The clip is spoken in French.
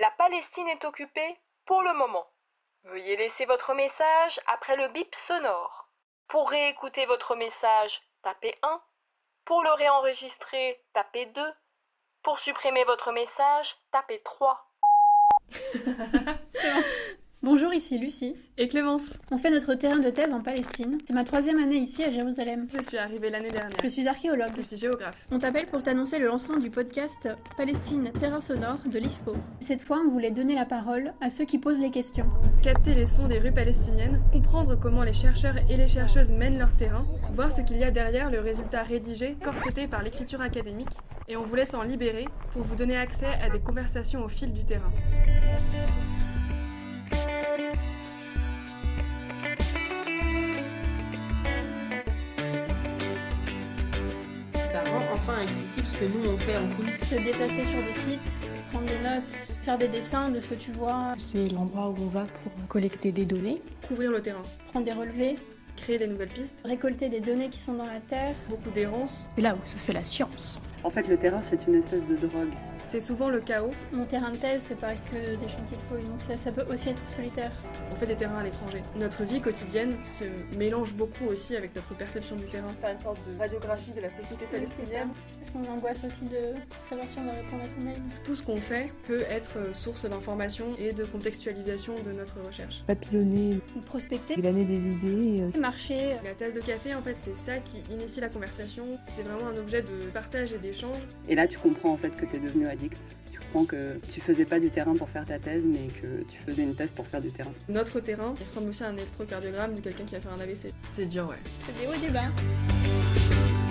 La Palestine est occupée pour le moment. Veuillez laisser votre message après le bip sonore. Pour réécouter votre message, tapez 1. Pour le réenregistrer, tapez 2. Pour supprimer votre message, tapez 3. Bonjour, ici Lucie. Et Clémence, On fait notre terrain de thèse en Palestine. C'est ma troisième année ici à Jérusalem. je suis arrivée l'année dernière. Je suis archéologue. Je suis géographe. On t'appelle pour t'annoncer le lancement du podcast Palestine, terrain sonore de l'IFPO. Cette fois, on voulait donner la parole à ceux qui posent les questions. Capter les sons des rues palestiniennes, comprendre comment les chercheurs et les chercheuses mènent leur terrain, voir ce qu'il y a derrière le résultat rédigé, corseté par l'écriture académique, et on voulait s'en libérer pour vous donner accès à des conversations au fil du terrain. Ça rend enfin accessible ce que nous on fait en coulisses. Se déplacer sur des sites, prendre des notes, faire des dessins de ce que tu vois, C'est l'endroit où on va pour collecter des données. Couvrir le terrain, prendre des relevés, créer des nouvelles pistes, récolter des données qui sont dans la terre. beaucoup d'errances. C'est là où se fait la science. En fait, le terrain, c'est une espèce de drogue. C'est souvent le chaos. Mon terrain de thèse, c'est pas que des chantiers de fouilles, donc ça, ça peut aussi être solitaire. On fait des terrains à l'étranger. Notre vie quotidienne se mélange beaucoup aussi avec notre perception du terrain. faire une sorte de radiographie de la société palestinienne. Sans l'angoisse aussi de savoir si on va répondre à ton mail. Tout ce qu'on fait peut être euh, source d'information et de contextualisation de notre recherche. Papillonner, Ou prospecter, glaner des idées. euh, marcher, La tasse de café, en fait, c'est ça qui initie la conversation. C'est vraiment un objet de partage et d'échange. Et là, tu comprends en fait que t'es devenu addict. Tu comprends que tu faisais pas du terrain pour faire ta thèse, mais que tu faisais une thèse pour faire du terrain. Notre terrain il ressemble aussi à un électrocardiogramme de quelqu'un qui a fait un AVC. C'est dur, ouais. c'est des hauts et des bas.